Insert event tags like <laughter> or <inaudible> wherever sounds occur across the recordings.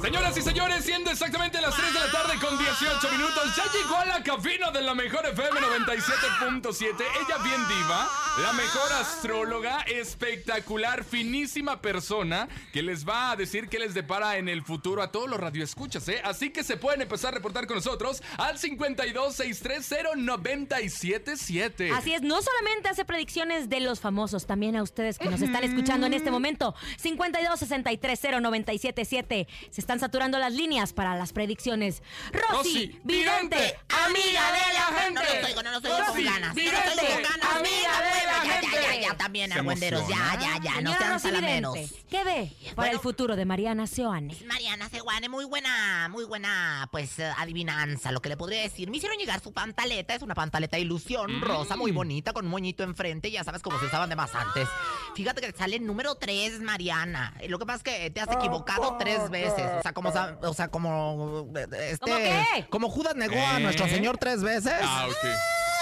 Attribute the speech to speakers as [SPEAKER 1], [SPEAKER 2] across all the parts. [SPEAKER 1] Señoras y señores, siendo exactamente las 3 de la tarde con 18 minutos, ya llegó a la cabina de la mejor FM 97.7. Ella bien diva, la mejor astróloga, espectacular, finísima persona que les va a decir qué les depara en el futuro a todos los radioescuchas, ¿eh? Así que se pueden empezar a reportar con nosotros al 52630977.
[SPEAKER 2] Así es, no solamente hace predicciones de los famosos, también a ustedes que nos están escuchando en este momento. 52630977. Se están saturando las líneas para las predicciones. Rosy,
[SPEAKER 1] Rosy, vidente,
[SPEAKER 2] vidente, amiga de la
[SPEAKER 1] gente.
[SPEAKER 2] gente.
[SPEAKER 1] No
[SPEAKER 3] No
[SPEAKER 1] lo
[SPEAKER 3] lo
[SPEAKER 1] oigo,
[SPEAKER 3] oigo, no lo oigo
[SPEAKER 1] Rosy,
[SPEAKER 3] con ganas. No lo
[SPEAKER 1] vidente,
[SPEAKER 3] oigo con ganas. pues,
[SPEAKER 2] amiga de la
[SPEAKER 3] ya, ya, ya,
[SPEAKER 2] gente.
[SPEAKER 3] ya, ya, también,
[SPEAKER 1] Se
[SPEAKER 3] agüenderos. Ya,
[SPEAKER 1] emociona.
[SPEAKER 3] ya, ya, no
[SPEAKER 2] Señora
[SPEAKER 3] sean
[SPEAKER 2] Rosy
[SPEAKER 3] salameros.
[SPEAKER 2] Vidente, ¿Qué ve para
[SPEAKER 3] Bueno.
[SPEAKER 2] el futuro de Mariana Seoane?
[SPEAKER 3] Mariana Seguane, muy buena, muy buena, pues eh, adivinanza, lo que le podría decir. Me hicieron llegar su pantaleta, es una pantaleta de
[SPEAKER 1] Mm.
[SPEAKER 3] ilusión rosa, muy bonita, con un moñito enfrente, ya sabes cómo se usaban de más antes. Fíjate que sale el número 3, Mariana. Eh, Lo que pasa es que te has equivocado tres veces. O sea, como, sa- o sea, como, eh, este,
[SPEAKER 2] ¿Cómo qué?
[SPEAKER 3] como Judas negó a
[SPEAKER 1] ¿Eh?
[SPEAKER 3] nuestro Señor tres veces.
[SPEAKER 1] Ah, ok.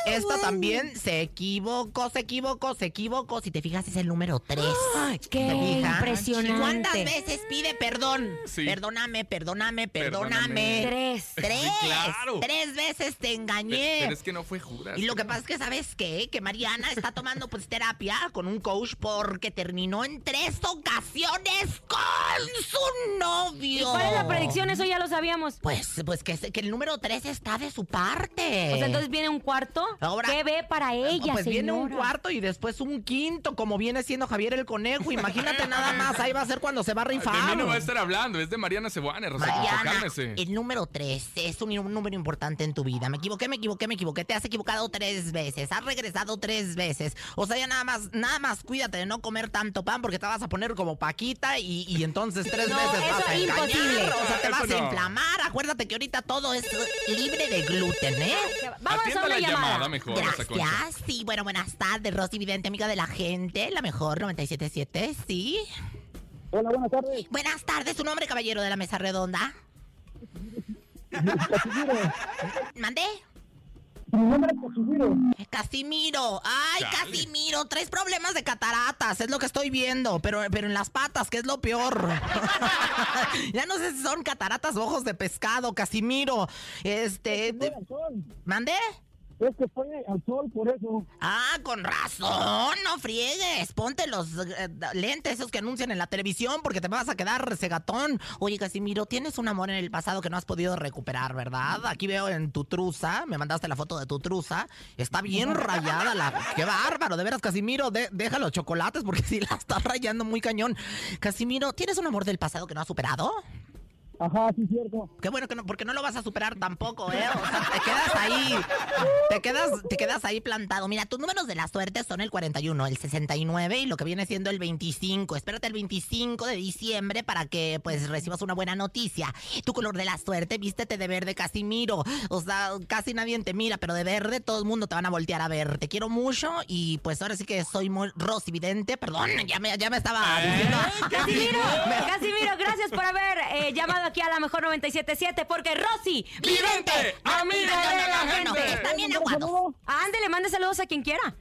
[SPEAKER 3] Esta también se equivocó, se equivocó, se equivocó. Si te fijas, es el número 3.
[SPEAKER 2] Ay, <gasps> qué impresionante.
[SPEAKER 3] ¿Cuántas veces pide perdón?
[SPEAKER 1] Sí.
[SPEAKER 3] Perdóname, perdóname,
[SPEAKER 1] Perdóname.
[SPEAKER 3] perdóname.
[SPEAKER 2] Tres.
[SPEAKER 3] Tres.
[SPEAKER 1] Sí, claro.
[SPEAKER 3] Tres veces te
[SPEAKER 1] Pero,
[SPEAKER 3] engañé.
[SPEAKER 1] pero es que no fue Judas.
[SPEAKER 3] Y lo que pasa es que, ¿sabes qué? Que Mariana está tomando pues terapia con un coach porque terminó en tres ocasiones con su novio.
[SPEAKER 2] ¿Y cuál es la predicción? Eso ya lo sabíamos.
[SPEAKER 3] Pues, pues que, se- que el número tres está de su parte.
[SPEAKER 2] O sea, entonces viene un cuarto.
[SPEAKER 3] Eh. Ahora-
[SPEAKER 2] ¿Qué ve para ella,
[SPEAKER 3] Pues viene un
[SPEAKER 2] señora?
[SPEAKER 3] cuarto y después un quinto, como viene siendo Javier el Conejo. Imagínate nada más, ahí va a ser cuando se va a rifar.
[SPEAKER 1] De mí no va a estar hablando, es de Mariana Cebuane, Rosita.
[SPEAKER 3] Mariana,
[SPEAKER 1] cálmese.
[SPEAKER 3] el número 3 es un, un número importante en tu vida. Me equivoqué, me equivoqué, me equivoqué. Te has equivocado tres veces, has regresado tres veces. O sea, ya nada más, nada más cuídate de no comer tanto pan porque te vas a poner como Paquita y, y entonces tres
[SPEAKER 2] No,
[SPEAKER 3] veces
[SPEAKER 2] eso
[SPEAKER 3] vas a engañar.
[SPEAKER 2] imposible.
[SPEAKER 3] O sea, te
[SPEAKER 1] Eso
[SPEAKER 3] vas
[SPEAKER 1] no.
[SPEAKER 3] a inflamar. Acuérdate que ahorita todo es libre de gluten, ¿eh?
[SPEAKER 2] Vamos
[SPEAKER 1] Atienda
[SPEAKER 2] a una
[SPEAKER 1] la
[SPEAKER 2] llamada.
[SPEAKER 1] llamada mejor. esa concha.
[SPEAKER 3] Gracias. Sí, bueno, buenas tardes, Rosy Vidente, amiga de la gente, la mejor 977, sí.
[SPEAKER 4] Hola, buenas tardes.
[SPEAKER 3] Buenas tardes, su nombre, caballero de la mesa
[SPEAKER 4] <laughs>
[SPEAKER 3] redonda. ¿Mandé?
[SPEAKER 4] Mi nombre es Casimiro.
[SPEAKER 3] Casimiro. Ay,
[SPEAKER 1] Chale.
[SPEAKER 3] Casimiro, tres problemas de cataratas, es lo que estoy viendo, pero, pero en las patas, que es lo peor. <laughs> ya no sé si son cataratas o ojos de pescado, Casimiro. Este,
[SPEAKER 4] Voy
[SPEAKER 3] de-
[SPEAKER 4] al sol.
[SPEAKER 3] ¿mandé?
[SPEAKER 4] Es que fue al sol por eso.
[SPEAKER 3] Ah, con razón, no friegues. Ponte los eh, lentes esos que anuncian en la televisión porque te vas a quedar cegatón. Oye, Casimiro, tienes un amor en el pasado que no has podido recuperar, ¿verdad? Aquí veo en tu truza, me mandaste la foto de tu truza. Está bien rayada la... ¡Qué bárbaro! De veras, Casimiro, de- deja los chocolates porque <laughs> sí la estás rayando muy cañón. Casimiro, ¿tienes un amor del pasado que no has superado?
[SPEAKER 4] Ajá, sí, cierto.
[SPEAKER 3] Qué bueno que no, porque no lo vas a superar tampoco, ¿eh? O sea, te quedas ahí, te quedas, te quedas ahí plantado. Mira, tus números de la suerte son el 41, el 69 y lo que viene siendo el 25. Espérate el 25 de diciembre para que, pues, recibas una buena noticia. Tu color de la suerte, vístete de verde, Casimiro. O sea, casi nadie te mira, pero de verde todo el mundo te van a voltear a ver. Te quiero mucho y, pues, ahora sí que soy muy rosividente. Perdón, ya me, ya me estaba
[SPEAKER 1] Eh,
[SPEAKER 3] diciendo... <laughs>
[SPEAKER 2] Casimiro, Casimiro, gracias por haber eh, llamado aquí a la mejor 977 porque Rosy,
[SPEAKER 1] ¡Vidente! ¡Amiga
[SPEAKER 3] No, no,
[SPEAKER 1] de
[SPEAKER 3] no,
[SPEAKER 1] la
[SPEAKER 3] no, no,
[SPEAKER 1] gente!
[SPEAKER 3] Están bien
[SPEAKER 4] Un
[SPEAKER 3] aguados.
[SPEAKER 4] saludo,
[SPEAKER 2] ándele, mande saludos a quien quiera.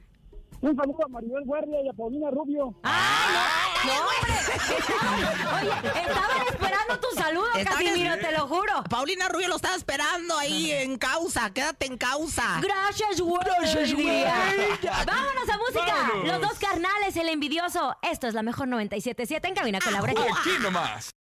[SPEAKER 4] un saludo a Maribel Guardia y a Paulina Rubio.
[SPEAKER 3] Eh,
[SPEAKER 2] ¡Ah, no! no, hombre! Oye, estaban esperando tu saludo,
[SPEAKER 3] Estaban
[SPEAKER 2] Casimiro,
[SPEAKER 3] esper-
[SPEAKER 2] te lo juro.
[SPEAKER 3] Paulina Rubio lo estaba esperando ahí en causa. Quédate en causa.
[SPEAKER 2] Gracias, güey.
[SPEAKER 3] Gracias, güey.
[SPEAKER 2] Vámonos a música.
[SPEAKER 1] Vámonos.
[SPEAKER 3] Ah,
[SPEAKER 2] Los dos carnales, el envidioso. Esto es la mejor 977 en cabina con Laura G.
[SPEAKER 1] Aquí nomás.